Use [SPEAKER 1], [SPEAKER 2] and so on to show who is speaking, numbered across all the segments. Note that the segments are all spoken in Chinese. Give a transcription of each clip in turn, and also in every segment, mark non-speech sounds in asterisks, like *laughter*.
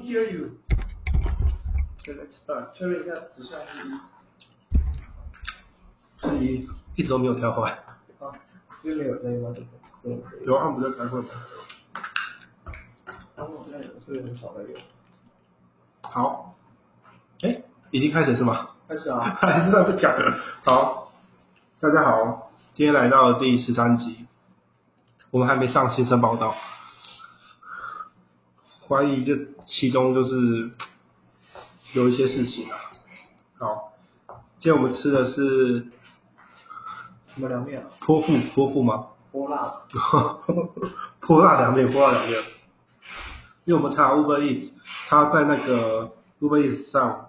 [SPEAKER 1] hear you. Okay, let's start. 啊确认一下啊指向是一，是一。
[SPEAKER 2] 一直都没有调换，
[SPEAKER 1] 好，这里有这个吗？对。
[SPEAKER 2] 有按不就调过吗？
[SPEAKER 1] 然后我现在有，所以很少的有。
[SPEAKER 2] 好，哎，已经开始是吗？
[SPEAKER 1] 开始啊，
[SPEAKER 2] 还是在不讲了。好，大家好，今天来到第十三集，我们还没上新生报道，怀疑这其中就是有一些事情啊。好，今天我们吃的是
[SPEAKER 1] 什么凉面啊？
[SPEAKER 2] 泼妇，泼妇吗？
[SPEAKER 1] 波浪。
[SPEAKER 2] *laughs* 泼辣凉面，泼辣凉面。因为我们查 Uber Eats，它在那个 Uber Eats 上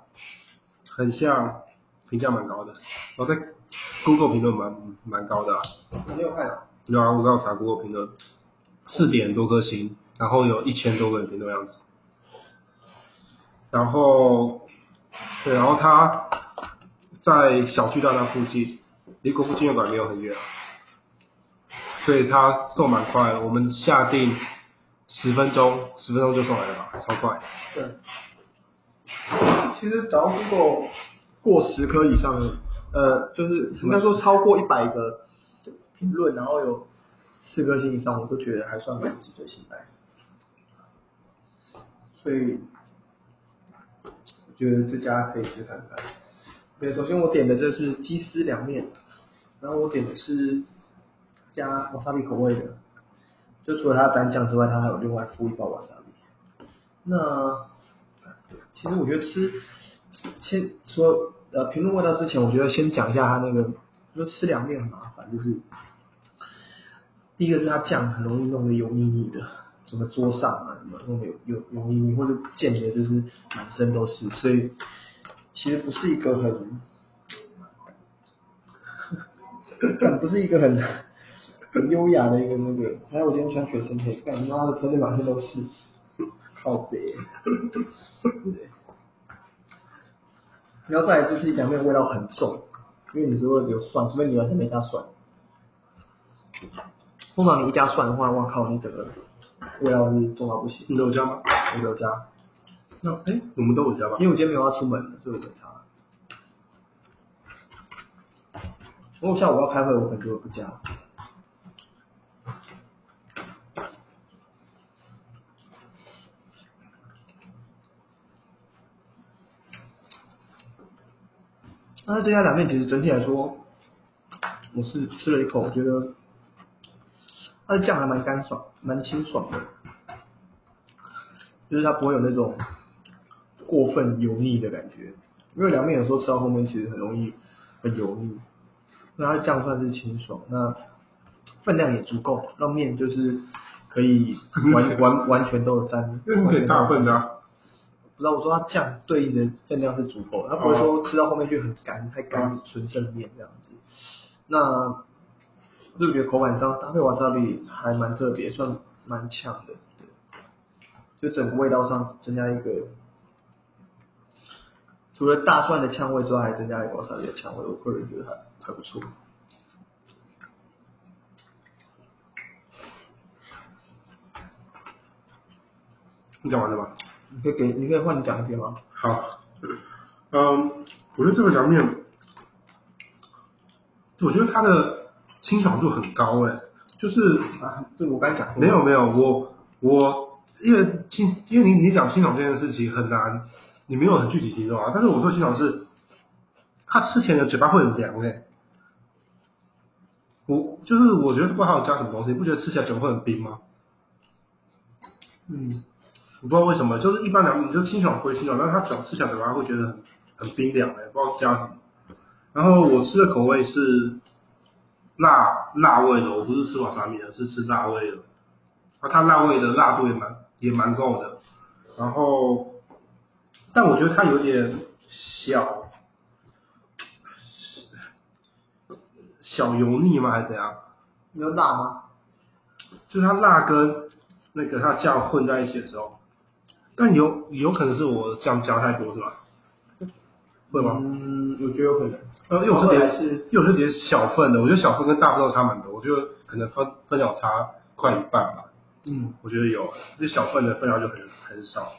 [SPEAKER 2] 很像评价蛮高的，我、在 Google 评论蛮蛮高的、啊，
[SPEAKER 1] 你有看啊？
[SPEAKER 2] 然后我刚查 Google 评论四点多颗星，然后有一千多个人评论样子，然后对，然后它在小巨蛋那附近，离国父纪念馆没有很远，所以它送蛮快的，我们下定十分钟，十分钟就送来了吧，超快。
[SPEAKER 1] 对。其实只要 Google 过十颗以上的，呃，就是应该说超过一百个评论，然后有四颗星以上，我都觉得还算蛮值得信赖。所以，我觉得这家可以去看看。对，首先我点的这是鸡丝凉面，然后我点的是加 wasabi 口味的，就除了它蘸酱之外，它还有另外附一包 wasabi。那其实我觉得吃，先说呃评论味道之前，我觉得先讲一下它那个，说吃凉面很麻烦，就是第一个是它酱很容易弄得油腻腻的，整个桌上啊什么弄得有有油腻腻，或者溅的就是满身都是，所以其实不是一个很， *laughs* 干不是一个很很优雅的一个那个。还有我今天穿学生黑，干妈的喷的满身都是，靠北。 *laughs* 对。然后再来就是凉面味道很重，因为你只会有蒜，除非你完全没加蒜。通常你一加蒜的话，哇靠，你整个味道是重到不行。
[SPEAKER 2] 你有加吗？
[SPEAKER 1] 我没有加，
[SPEAKER 2] 那哎，我们都有加吧？
[SPEAKER 1] 因为我今天没有要出门了，所以我没查。如果下午要开会，我可能就会不加。那这家凉面其实整体来说，我是吃了一口，我觉得它的酱还蛮干爽，蛮清爽的，就是它不会有那种过分油腻的感觉。因为凉面有时候吃到后面其实很容易很油腻，那它的酱算是清爽，那分量也足够，让面就是可以
[SPEAKER 2] *laughs*
[SPEAKER 1] 完完完全都有沾，
[SPEAKER 2] 因为你点大份的、啊，
[SPEAKER 1] 不知道我说它酱对应的分量是足够的，它不会说吃到后面就很干，太干纯剩面这样子。那就觉得口感上搭配瓦萨比还蛮特别，算蛮呛的，对，就整个味道上增加一个，除了大蒜的呛味之外，还增加一个瓦萨比的呛味，我个人觉得还还不错。
[SPEAKER 2] 你讲完了吧？
[SPEAKER 1] 你可以给，你可以换你讲一点吗？
[SPEAKER 2] 好，嗯，我觉得这个凉面，我觉得它的清爽度很高哎，就是
[SPEAKER 1] 啊，这个我刚才讲过
[SPEAKER 2] 没有没有我我因为清因为你你讲清爽这件事情很难，你没有很具体形容啊，但是我说清爽是，它吃起来的嘴巴会很凉哎，我就是我觉得不管还有加什么东西，你不觉得吃起来嘴巴会很冰吗？
[SPEAKER 1] 嗯，
[SPEAKER 2] 我不知道为什么，就是一般凉面你就清爽归清爽，但是它脚吃起来嘴巴会觉得很很冰凉哎、不知道加什么。然后我吃的口味是辣辣味的，我不是吃瓦萨米的，是吃辣味的。啊，它辣味的辣度也蛮也蛮够的。然后，但我觉得它有点小小油腻吗？还是怎样？
[SPEAKER 1] 你有辣吗？
[SPEAKER 2] 就是它辣跟那个它酱混在一起的时候，但有有可能是我酱加太多是吧？会吗？
[SPEAKER 1] 嗯，我觉得有可能。
[SPEAKER 2] 呃，因为我是
[SPEAKER 1] 后来
[SPEAKER 2] 点
[SPEAKER 1] 是，
[SPEAKER 2] 因为我是点小份的，我觉得小份跟大份都差蛮多，我觉得可能分分量差快一半吧，
[SPEAKER 1] 嗯，
[SPEAKER 2] 我觉得有，这小份的分量就很很少。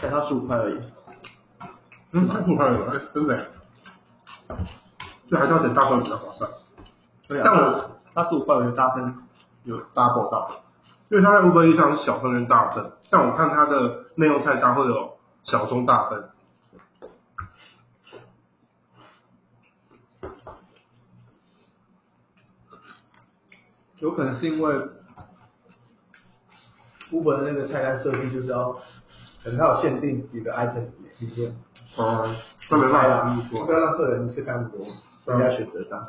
[SPEAKER 1] 但它十五块而已。
[SPEAKER 2] 嗯，太十五块了吧，真的耶，这还是要点大份比较划算。
[SPEAKER 1] 对
[SPEAKER 2] 但
[SPEAKER 1] 啊
[SPEAKER 2] 我，
[SPEAKER 1] 它十五块，我觉得大分有 double 到。
[SPEAKER 2] 因为它在 Uber E 上是小份跟大份，但我看它的内容菜单会有小中大份。
[SPEAKER 1] 有可能是因为 Uber 的那个菜单设计就是要，可能它有限定几个 item 里面，
[SPEAKER 2] 哦、那没办法，嗯
[SPEAKER 1] 不要让客人一次看很多，增加选择障碍。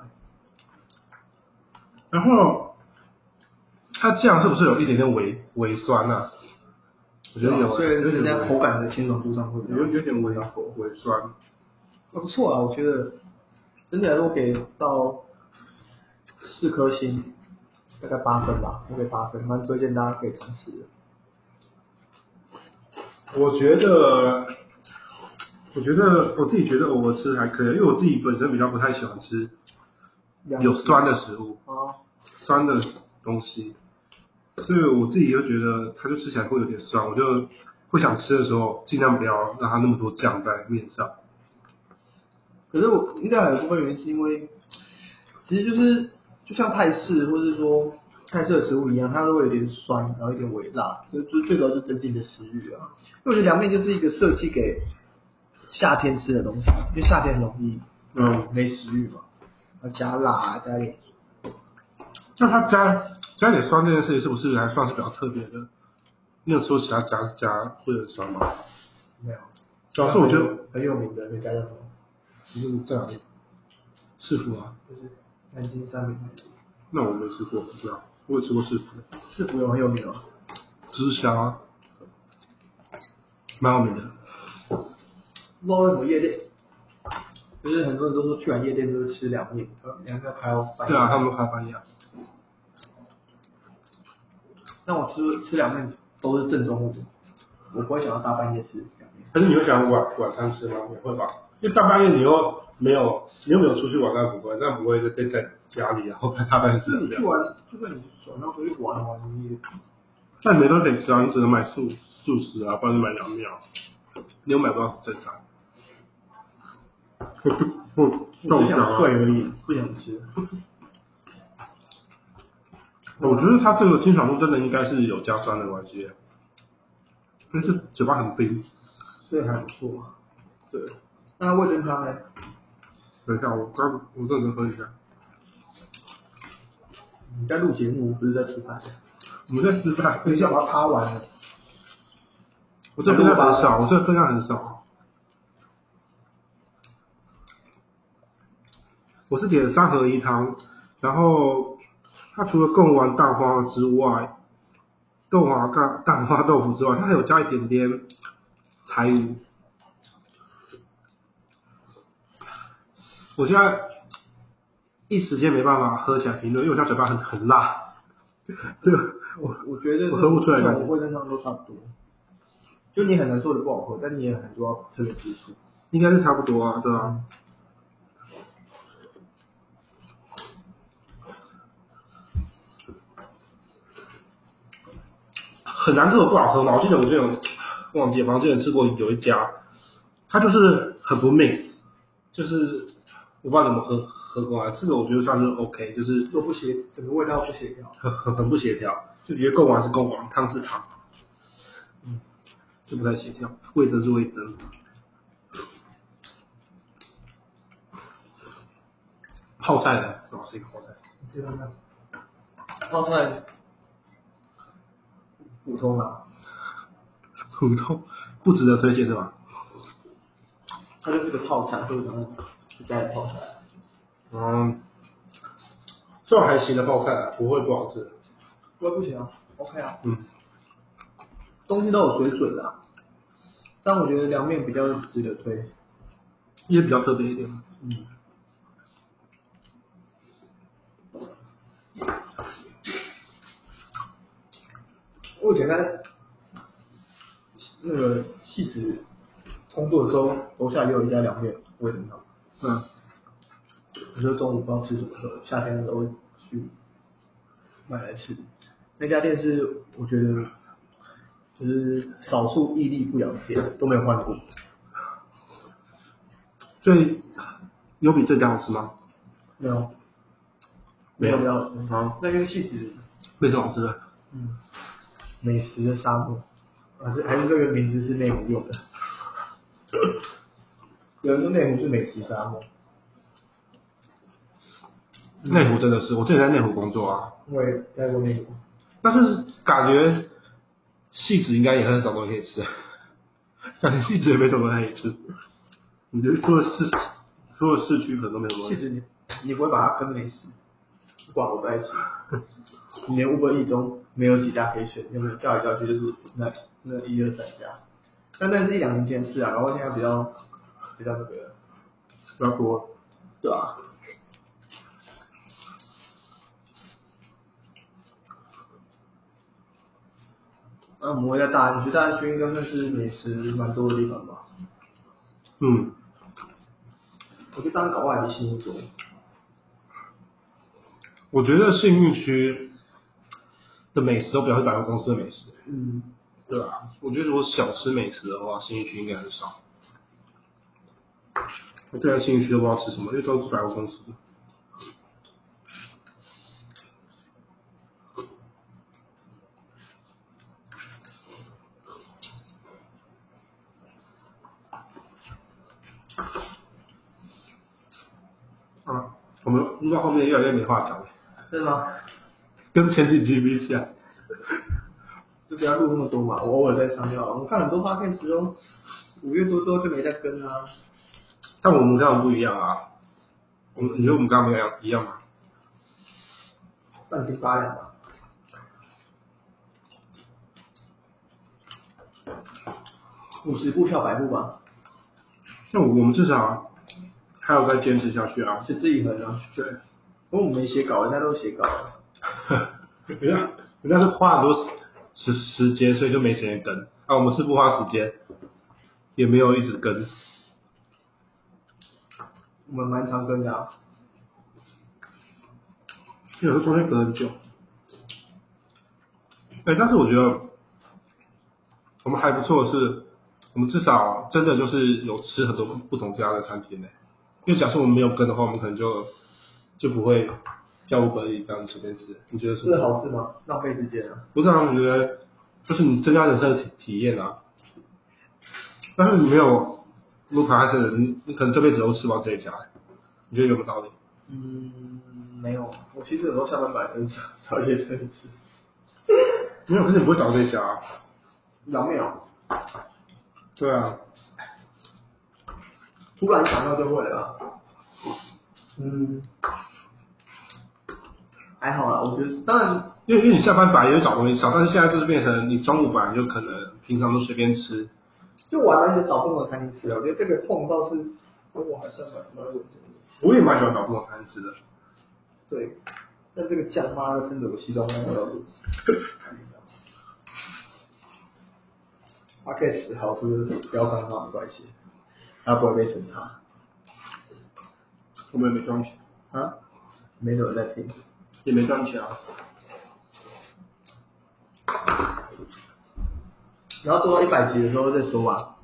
[SPEAKER 2] 然后它酱是不是有一点点微微酸啊？我觉得有，
[SPEAKER 1] 哦所以
[SPEAKER 2] 有
[SPEAKER 1] 是
[SPEAKER 2] 点
[SPEAKER 1] 在
[SPEAKER 2] 微
[SPEAKER 1] 口感的清爽度上会比较
[SPEAKER 2] 有有点微口微酸。
[SPEAKER 1] 不错啊，我觉得整体来说我给到四颗星，大概八分吧，我给八分，蛮推荐大家可以尝试的。
[SPEAKER 2] 我觉得，我觉得我自己觉得偶尔吃还可以，因为我自己本身比较不太喜欢吃
[SPEAKER 1] 两
[SPEAKER 2] 有酸的食物、
[SPEAKER 1] 啊，
[SPEAKER 2] 酸的东西，所以我自己就觉得它就吃起来会有点酸，我就会想吃的时候尽量不要让它那么多酱在面上。
[SPEAKER 1] 可是我应该还有一部分原因是因为，其实就是就像泰式或是说泰式的食物一样，它都会有点酸，然后有点微辣，就就最主要就是增进你的食欲啊。因为我觉得凉面就是一个设计给夏天吃的东西，因为夏天很容易
[SPEAKER 2] 嗯，
[SPEAKER 1] 没食欲嘛，要加辣、啊、加一点
[SPEAKER 2] 那它加加点酸这件事情是不是还算是比较特别的？你有吃过其他家家会很酸吗？
[SPEAKER 1] 没有。
[SPEAKER 2] 主啊要是我觉得
[SPEAKER 1] 很有名的那家叫什么？
[SPEAKER 2] 嗯在哪里？市府啊？
[SPEAKER 1] 就是南京三明治，
[SPEAKER 2] 那我没吃过，不知道。我有吃过市府的。
[SPEAKER 1] 是不有很有名哦。
[SPEAKER 2] 直销，蛮有名的。
[SPEAKER 1] 不知道为什么夜店，就是很多人都说去完夜店都是吃凉面，凉面要开到半夜
[SPEAKER 2] 对啊，他们还蛮一样。
[SPEAKER 1] 但我吃吃凉面都是正宗的，我不会想要大半夜吃凉面。
[SPEAKER 2] 可是你会想晚晚餐吃吗？也会吧，因为大半夜你又没有，你又没有出去玩，那不会，那不会就在在家里，然后大半夜吃
[SPEAKER 1] 就是你去
[SPEAKER 2] 凉面。
[SPEAKER 1] 玩，就算你晚上出去玩玩，你
[SPEAKER 2] 但没东西可以吃啊，你只能买素素食啊，不然就买凉面啊。你又买不到正常。我不不
[SPEAKER 1] *laughs* 我
[SPEAKER 2] 豆
[SPEAKER 1] 只
[SPEAKER 2] 浆
[SPEAKER 1] 想
[SPEAKER 2] 啊！
[SPEAKER 1] 睡而已，不想吃。
[SPEAKER 2] 我觉得它这个清爽度真的应该是有加酸的关系，因为这嘴巴很冰。
[SPEAKER 1] 所以还不错啊。
[SPEAKER 2] 对，
[SPEAKER 1] 那味噌汤呢？
[SPEAKER 2] 等一下，我刚我认真喝一下。
[SPEAKER 1] 你在录节目，不是在吃饭？
[SPEAKER 2] 我们在吃饭，
[SPEAKER 1] 等一下我要趴完了。
[SPEAKER 2] 我这分量很少，我这分量很少。我是点三合一汤，然后它除了贡丸蛋花之外，豆花蛋蛋花豆腐之外，它还有加一点点柴鱼。我现在一时间没办法喝起来评论，因为我现在嘴巴很很辣，这个我
[SPEAKER 1] *laughs* 我觉得
[SPEAKER 2] 我喝不出来
[SPEAKER 1] 这种味噌汤都差不多，就你很难做的不好喝，但你也很难做到特别突出。
[SPEAKER 2] 应该是差不多啊，对吧、很难做的不好喝嘛。我记得我之前忘记了，反正之前吃过有一家，它就是很不 mix，就是我不知道怎么喝喝过来。这个我觉得算是 OK，就是
[SPEAKER 1] 都不协，整个味道不协调。
[SPEAKER 2] 很很很不协调，就觉得贡丸是贡丸，汤是汤，嗯，这不太协调，味增是味增。泡菜的，老是一个泡菜，
[SPEAKER 1] 你吃看看，泡菜普通啦，
[SPEAKER 2] 普通不值得推荐是吧？
[SPEAKER 1] 它就是个泡菜，就是可能一家的泡菜。
[SPEAKER 2] 嗯，算还行的泡菜啊，不会不好吃。
[SPEAKER 1] 不会不行啊，OK 啊，
[SPEAKER 2] 嗯，
[SPEAKER 1] 东西都有水准啦。但我觉得凉面比较值得推。
[SPEAKER 2] 也比较特别一点。
[SPEAKER 1] 嗯。我以前在那个戏子工作的时候，楼下也有一家凉面，为什么？
[SPEAKER 2] 嗯，
[SPEAKER 1] 有时候中午不知道吃什么的时候，夏天的时候会去买来吃。那家店是我觉得就是少数屹立不摇的店都没有换过。
[SPEAKER 2] 最有比这家好吃吗？
[SPEAKER 1] 没有，
[SPEAKER 2] 没有
[SPEAKER 1] 比较好吃
[SPEAKER 2] 好，
[SPEAKER 1] 那个气质，
[SPEAKER 2] 为什么好吃的？
[SPEAKER 1] 嗯，美食的沙漠，还是还是这个名字是内湖用的。有人说内湖是美食沙漠，
[SPEAKER 2] 内湖真的是，我之前在内湖工作啊，
[SPEAKER 1] 我也待过内湖，
[SPEAKER 2] 但是感觉戏子应该也很少东西可以吃，感觉 *laughs* 戏子也没什么东西可以吃。你觉得除了市，除了市区可能都没什么东
[SPEAKER 1] 气
[SPEAKER 2] 西。
[SPEAKER 1] 质你你不会把它跟美食挂钩在一起。你连 Uber E 中没有几家可以选，有没有叫来叫去就是那那一二三家，但那是一两年前的事啊，然后现在比较比较那个，
[SPEAKER 2] 比较多。
[SPEAKER 1] 对啊，那我们回到大安区，大安区应该算是美食蛮多的地方吧？
[SPEAKER 2] 嗯，
[SPEAKER 1] 我觉得大安搞不好还比新义多。
[SPEAKER 2] 我觉得信运区的美食都比较是百货公司的美食，
[SPEAKER 1] 嗯，
[SPEAKER 2] 对吧？我觉得如果小吃美食的话，信运区应该很少。我对啊，信运区都不知道吃什么，因为都是百货公司的。啊，我们录到后面越来越没话讲了，
[SPEAKER 1] 对吗？
[SPEAKER 2] 跟前几集比起来，
[SPEAKER 1] 就不要录那么多嘛，我偶尔再上就好了。我看很多发片时候，五月多之后就没再跟啊。
[SPEAKER 2] 但我们刚刚不一样啊。我们你觉得我们刚刚没有一样吗？
[SPEAKER 1] 半斤八两吧。五十步笑百步吧，
[SPEAKER 2] 那我我们至少还要再坚持下去啊！
[SPEAKER 1] 持之以恒啊。
[SPEAKER 2] 对， *laughs*
[SPEAKER 1] 不过我们没写稿，人家都写稿了。
[SPEAKER 2] 人家人家是花很多时时间，所以就没时间跟啊。我们是不花时间，也没有一直跟。
[SPEAKER 1] 我们蛮常跟的、啊，
[SPEAKER 2] 有时候中间隔很久。哎、但是我觉得我们还不错的是，我们至少真的就是有吃很多不不同家的餐厅呢、因为假设我们没有跟的话，我们可能就就不会叫五本一这样随便吃。你觉得是
[SPEAKER 1] 这是好事吗？浪费时间啊。
[SPEAKER 2] 不是啊，我觉得就是你增加人生的体体验啊。但是你没有卢卡斯，你你可能这辈子都吃不到这一家，你觉得有没有道理？
[SPEAKER 1] 嗯，没有，我其实有时候下班百分之找些生吃。
[SPEAKER 2] 没有，可是你不会找这一家、啊。
[SPEAKER 1] 有没有？
[SPEAKER 2] 对啊，
[SPEAKER 1] 突然想到就会了啊。嗯，还好啦，我觉得当然
[SPEAKER 2] 因为因为你下班本来也会找东西吃啊，但是现在就是变成你中午本来就可能平常都随便吃，
[SPEAKER 1] 就我还蛮喜欢找不同的餐厅吃的，啊我觉得这个碰倒是跟我还算蛮蛮稳定的。
[SPEAKER 2] 我也蛮喜欢找不同餐吃的。
[SPEAKER 1] 对，但这个酱妈的喷着我西装外套要不吃。Podcast 好处就是不要伤到没关系，它不会被审查
[SPEAKER 2] 我们也没赚钱，
[SPEAKER 1] 啊，没什么在听。
[SPEAKER 2] 也没赚钱啊。
[SPEAKER 1] 然后做到一百集的时候再说吧。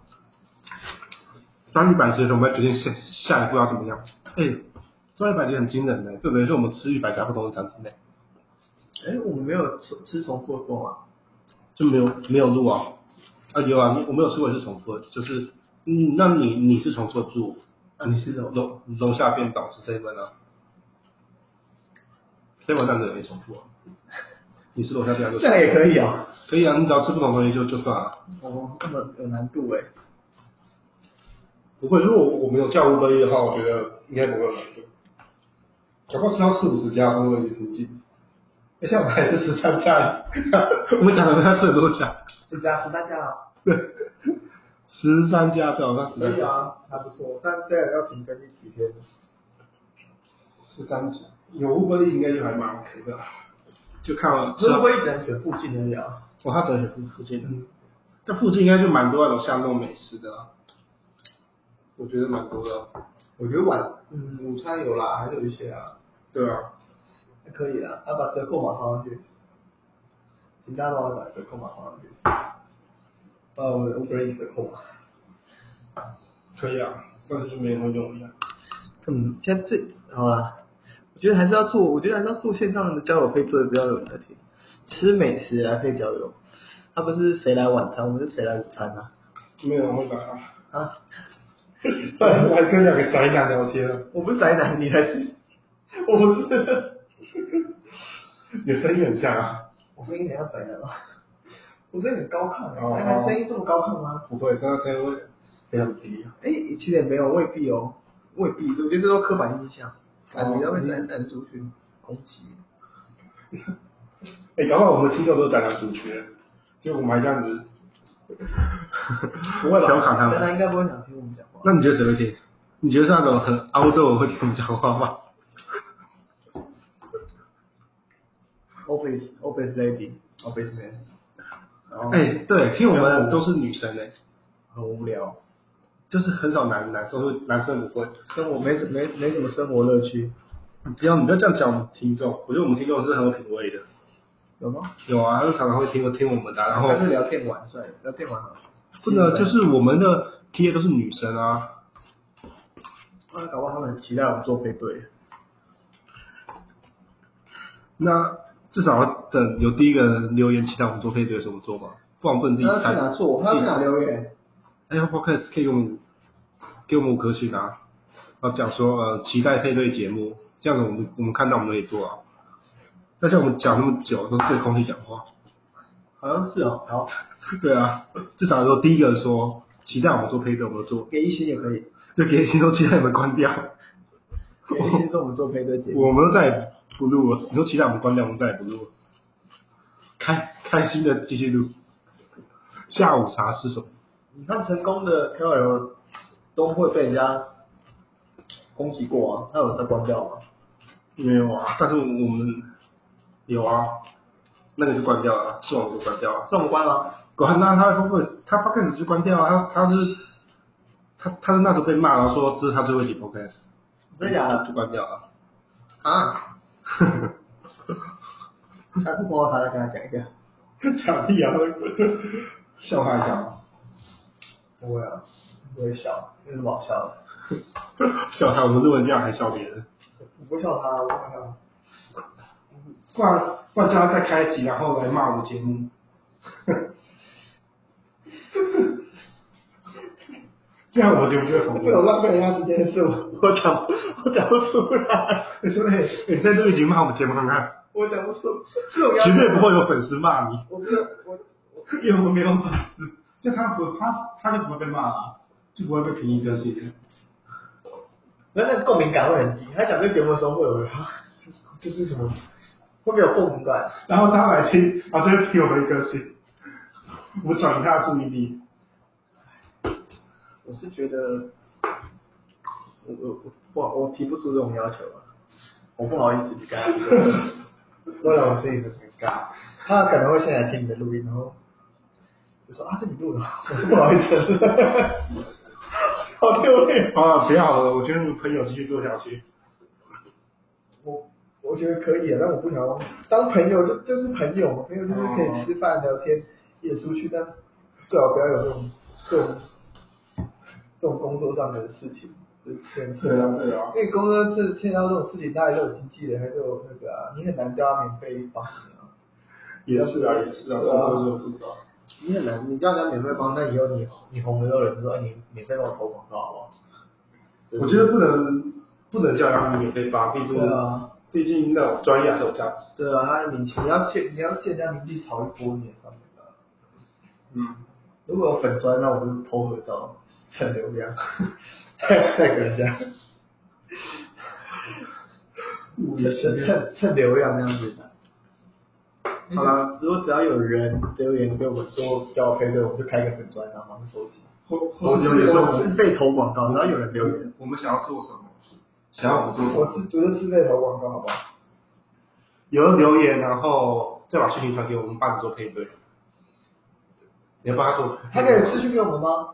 [SPEAKER 2] 当一百集的时候，我们要决定下下一步要怎么样。哎、做到一百集很惊人的、这等于是我们吃一百家不同的餐厅呢、
[SPEAKER 1] 哎，我们没有吃吃重做过啊，
[SPEAKER 2] 就没有没有录啊。啊有啊，你我没有吃过是重复的，就是嗯，那你你是重复住，
[SPEAKER 1] 那啊你吃什么？
[SPEAKER 2] 楼楼下变导是 seven 啊，seven 那个也没重复、啊，你是楼下变导就
[SPEAKER 1] 这样也可以啊。
[SPEAKER 2] 可以啊，你只要吃不同东西就就算了。
[SPEAKER 1] 哦，那么有难度哎、
[SPEAKER 2] 不会，如果我没有叫乌龟的话，我觉得应该不会有难度。搞不好吃到四五十家，说会附近。哎，像我们还是十三家， *laughs* 我们讲的那是很多家，
[SPEAKER 1] 这家是大家啊。
[SPEAKER 2] 对， *laughs* 十三家对，那十
[SPEAKER 1] 可
[SPEAKER 2] 三
[SPEAKER 1] 以
[SPEAKER 2] 家。
[SPEAKER 1] 啊，还不错，但这个要停更第几天？
[SPEAKER 2] 是三级，有乌龟应该就还蛮 OK 的，就看了。
[SPEAKER 1] 就是会只能选附近啊的聊。
[SPEAKER 2] 哦，他只能选附近的，那附近应该就蛮多在楼下弄美食的啊，我觉得蛮多的，
[SPEAKER 1] 我觉得晚，嗯，午餐有啦，还是有一些啊，
[SPEAKER 2] 对啊，
[SPEAKER 1] 还可啊以啦，要把折扣码放上去，请大家帮我把折扣码放上去。把我的 Uber Eats 的扣嘛。
[SPEAKER 2] 可以啊，但是就没人会用一样。
[SPEAKER 1] 嗯，现在最好啦，我觉得还是要做，我觉得还是要做线上的交友配对比较有人在听，吃美食来配交友，他、不是谁来晚餐，我们是谁来午餐啊？
[SPEAKER 2] 没有人会打啊。
[SPEAKER 1] 啊，
[SPEAKER 2] 算了，还跟两个宅男聊天了，
[SPEAKER 1] 我不是宅男，你还是
[SPEAKER 2] 我不 *laughs* 是，你的声音很像啊。
[SPEAKER 1] 我声音很像宅男吗？ *laughs* 我声音很高亢、
[SPEAKER 2] 哦
[SPEAKER 1] 欸，宅男声音这么高亢吗？
[SPEAKER 2] 不会，真的声音会非常低啊。
[SPEAKER 1] 哎、其实也没有，未必哦，未必，我觉得这都刻板印象，感觉要被宅男族群攻击。
[SPEAKER 2] 哎、搞不好我们的听众都是宅男族群，结果我们还这样 *laughs* 子，
[SPEAKER 1] 不会吧？
[SPEAKER 2] 调侃他
[SPEAKER 1] 宅男应
[SPEAKER 2] 们。
[SPEAKER 1] 该不会想听我们讲话。
[SPEAKER 2] 那你觉得谁会听？你觉得是那种很凹豆会听我们讲话吗？
[SPEAKER 1] Office Office Lady Office Man，然后
[SPEAKER 2] 哎、对，听我们的都是女生哎、
[SPEAKER 1] 很无聊，
[SPEAKER 2] 就是很少男男生会，男生不会。
[SPEAKER 1] 生活没什没没什么生活乐趣，
[SPEAKER 2] 你不要，你不要这样讲我们听众，我觉得我们听众是很有品味的。
[SPEAKER 1] 有吗？
[SPEAKER 2] 有啊，他们常常会听听我们的啊、然后
[SPEAKER 1] 但是聊电玩算了，聊电玩好了。
[SPEAKER 2] 这个就是我们的 T A 都是女生啊，
[SPEAKER 1] 那啊搞不好他们很期待我们做配对。
[SPEAKER 2] 那至少要等有第一个人留言期待我们做配对的时候我们做吧，不然不能自己
[SPEAKER 1] 他要
[SPEAKER 2] 猜。
[SPEAKER 1] 去哪做？他要去哪留言？
[SPEAKER 2] 哎 p o d c a s 可以给我们给我们五颗星啊，然后讲说呃期待配对节目，这样子我们我们看到我们也做啊。但是我们讲那么久都是对空气讲话， *laughs*
[SPEAKER 1] 好像是哦，好，
[SPEAKER 2] 对啊，至少说第一个人说期待我们做配对，我们就做，
[SPEAKER 1] 给一星也可以，
[SPEAKER 2] 就给心都期待你们关掉，
[SPEAKER 1] 给一星说我们做配对节目。
[SPEAKER 2] 我们再也不录了。你说期待我们关掉，我们再也不录了，开开心的继续录。下午茶吃什么？
[SPEAKER 1] 你看成功的 KOL 都会被人家攻击过啊，他有在关掉吗？
[SPEAKER 2] 没有啊，但是我们有啊，那个就关掉了，是网就关掉了。
[SPEAKER 1] 那我们关吗？
[SPEAKER 2] 管那他会不会他 podcast 就关掉啊？他他是他他是那时候被骂，然后说这是他最后一集 podcast，
[SPEAKER 1] 真的假的
[SPEAKER 2] 就关掉了。 *laughs*
[SPEAKER 1] 啊？下次碰到他再跟他讲一下。
[SPEAKER 2] 讲屁啊！笑他一下，
[SPEAKER 1] 不会啊，不会笑，有什么好笑的？
[SPEAKER 2] 笑他，我们录文这样还笑别人。
[SPEAKER 1] 我不笑他，我笑他。
[SPEAKER 2] 不然不然叫他再开一集，然后来骂我们节目。 *laughs* 这样我就不会红
[SPEAKER 1] 这种
[SPEAKER 2] 了。
[SPEAKER 1] 浪费人家时间的事，我我讲我讲不出来，
[SPEAKER 2] 你说哎，你在录一集骂我们节目看看，
[SPEAKER 1] 我讲不出这种样
[SPEAKER 2] 绝对啊
[SPEAKER 1] 子。
[SPEAKER 2] 不会有粉丝骂你，
[SPEAKER 1] 我不是我我
[SPEAKER 2] 因为我们没有粉丝，就他不他他就不会被骂了，就不会被评议这些。
[SPEAKER 1] 那那共鸣感会很低。他讲这个节目的时候会有人，啊这是什么？会不会有共鸣感？
[SPEAKER 2] 然后他来听，啊，这是给我们一颗星，我们转移他的注意力。
[SPEAKER 1] 我是觉得，我我我我提不出这种要求啊，我不好意思，你刚刚说的，为了啊我自己很尴尬，他可能会先来听你的录音，然后就说啊，这你录的，不好意思，好丢脸。
[SPEAKER 2] 啊，不要了，我觉得你朋友继续做下去。
[SPEAKER 1] 我我觉得可以啊，但我不想要当朋友，就就是朋友嘛，朋友就是可以吃饭聊天，也出去，但最好不要有这种这种这种工作上的事情，就是牵扯。
[SPEAKER 2] 对啊对啊
[SPEAKER 1] 因为工作这牵扯到这种事情，他还是有经纪人，还是有那个啊，你很难叫他免费帮你啊，
[SPEAKER 2] 也是啊，也是啊，
[SPEAKER 1] 对啊
[SPEAKER 2] 工作就复杂。
[SPEAKER 1] 你很难，你叫人家免费帮，那以后你你红了之后，人说哎你免费帮我投广告好不好？
[SPEAKER 2] 我觉得不能不能叫他们免费发，毕竟、
[SPEAKER 1] 啊对啊
[SPEAKER 2] 毕竟那种专业还是有价值。
[SPEAKER 1] 对啊，他的名气，你要借你要借人家名气炒一波，你也上不了。
[SPEAKER 2] 嗯，
[SPEAKER 1] 如果有粉砖，那我就偷合照蹭流 *laughs* 量，再给人家，蹭蹭蹭流量那样子的。好啦，如果只要有人留言给我们说叫我配对，我就开个粉砖，然后马上收集。
[SPEAKER 2] 或
[SPEAKER 1] 我
[SPEAKER 2] 或
[SPEAKER 1] 是
[SPEAKER 2] 是有点说
[SPEAKER 1] 我
[SPEAKER 2] 我
[SPEAKER 1] 是
[SPEAKER 2] 们
[SPEAKER 1] 被投广告，只要有人留言，
[SPEAKER 2] 我们想要做什么，想要我们做什
[SPEAKER 1] 我
[SPEAKER 2] 么，
[SPEAKER 1] 自我就自备投广告，好不好？
[SPEAKER 2] 有人留言，然后再把事情传给我们，帮你做配对。你要帮他做，
[SPEAKER 1] 他可以私信给我们吗？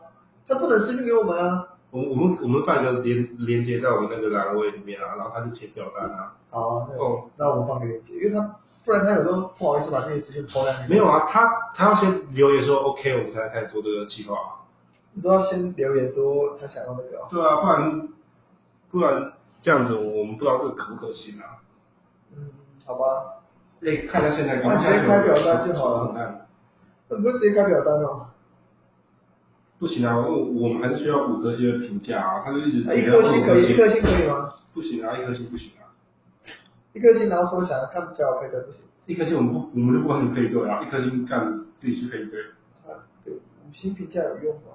[SPEAKER 1] 他不能私信给我们啊。
[SPEAKER 2] 我们我们我们放一个连连接在我们那个栏位里面啊，然后他就填表单啊。
[SPEAKER 1] 好啊，那
[SPEAKER 2] 哦
[SPEAKER 1] 那我们放给链接，因为他不然他有时候不好意思把自己资讯抛在那边
[SPEAKER 2] 没有，啊，他他要先留言说 OK，我们才开始做这个计划啊。
[SPEAKER 1] 你都要先留言说他想要那个哦，
[SPEAKER 2] 对啊，不然不然这样子，我们不知道这个可不可行啊。
[SPEAKER 1] 嗯，好吧，
[SPEAKER 2] 哎，看一下现在
[SPEAKER 1] 那直接开表单就好了
[SPEAKER 2] 了。
[SPEAKER 1] 那不是直接开表单哦，
[SPEAKER 2] 不行啊，我我们还是需要五颗星的评价啊，他就一直
[SPEAKER 1] 啊一颗星可以，一颗星可以吗？
[SPEAKER 2] 不行啊，一颗星不行啊，
[SPEAKER 1] 一颗星然后收起来，看不加我配对不行，
[SPEAKER 2] 一颗星我们不我们就不帮你配对啊，一颗星干自己去配对。
[SPEAKER 1] 啊，对，五星评价有用吗？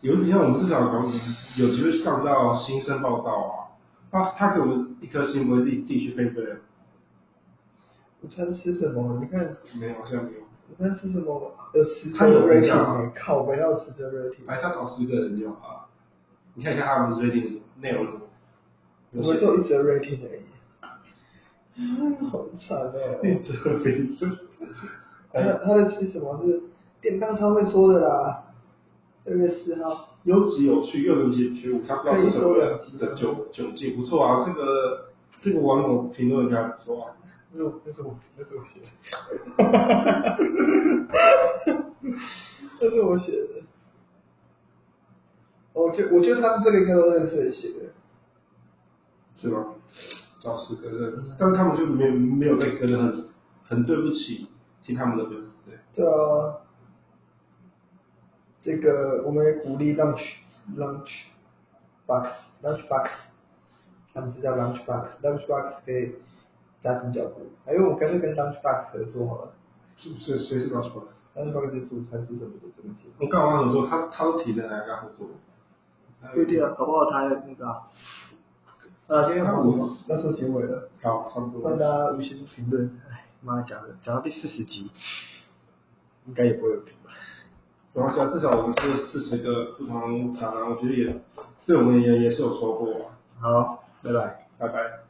[SPEAKER 2] 有一比较，我们至少有有机会上到新生报道啊。他他给我们一颗星，不会自己自己去配对啊？
[SPEAKER 1] 午餐吃什么？你看
[SPEAKER 2] 没有，好像没有。
[SPEAKER 1] 午餐吃什么？有十
[SPEAKER 2] 他有
[SPEAKER 1] 折
[SPEAKER 2] 评价
[SPEAKER 1] rating
[SPEAKER 2] 吗
[SPEAKER 1] 没？靠，我要十折 rating。
[SPEAKER 2] 啊哎，他找十个人就好了。你看一下他们 rating 是什么内容是什么？
[SPEAKER 1] 我们就一折 rating 而已。嗯， *laughs* 好惨
[SPEAKER 2] *laughs*
[SPEAKER 1] 哦。
[SPEAKER 2] 内折飞针。
[SPEAKER 1] 他
[SPEAKER 2] 哎
[SPEAKER 1] 的他的吃什么是便当超会说的啦，二月四号。
[SPEAKER 2] 优质有趣又能解决我他不知道是什么的的酒酒技不错啊，这个这个网友评论应该不错啊。
[SPEAKER 1] 那我那是我那是我写的， *laughs* 那是我写的。哦我觉我觉得他们这个应该都认识人写的，
[SPEAKER 2] 是吗？找十个人，但他们就没有没有在跟人很很对不起听他们的粉丝、欸。
[SPEAKER 1] 对啊。这个我们也鼓励 lunch lunch box lunch box，他们是叫 lunch box lunch box 可以加紧脚步，还有我们干脆跟 lunch box 合作好了
[SPEAKER 2] 是不是谁是老师？
[SPEAKER 1] ，lunch box 是午餐是什么的这个节目。
[SPEAKER 2] 我干完合作，他他都提的来干合作。
[SPEAKER 1] 不一定啊，搞不好他那个啊。啊，今天
[SPEAKER 2] 那
[SPEAKER 1] 我
[SPEAKER 2] 我
[SPEAKER 1] 们要做结尾了，
[SPEAKER 2] 好，差不
[SPEAKER 1] 欢迎大
[SPEAKER 2] 多。
[SPEAKER 1] 家五星评论。哎，妈讲的，讲到第四十集，应该也不会有评吧？
[SPEAKER 2] 然后现在至少我们是四十个不同厂商，我觉得也对我们也也是有收获啊。
[SPEAKER 1] 好，拜拜。
[SPEAKER 2] 拜拜。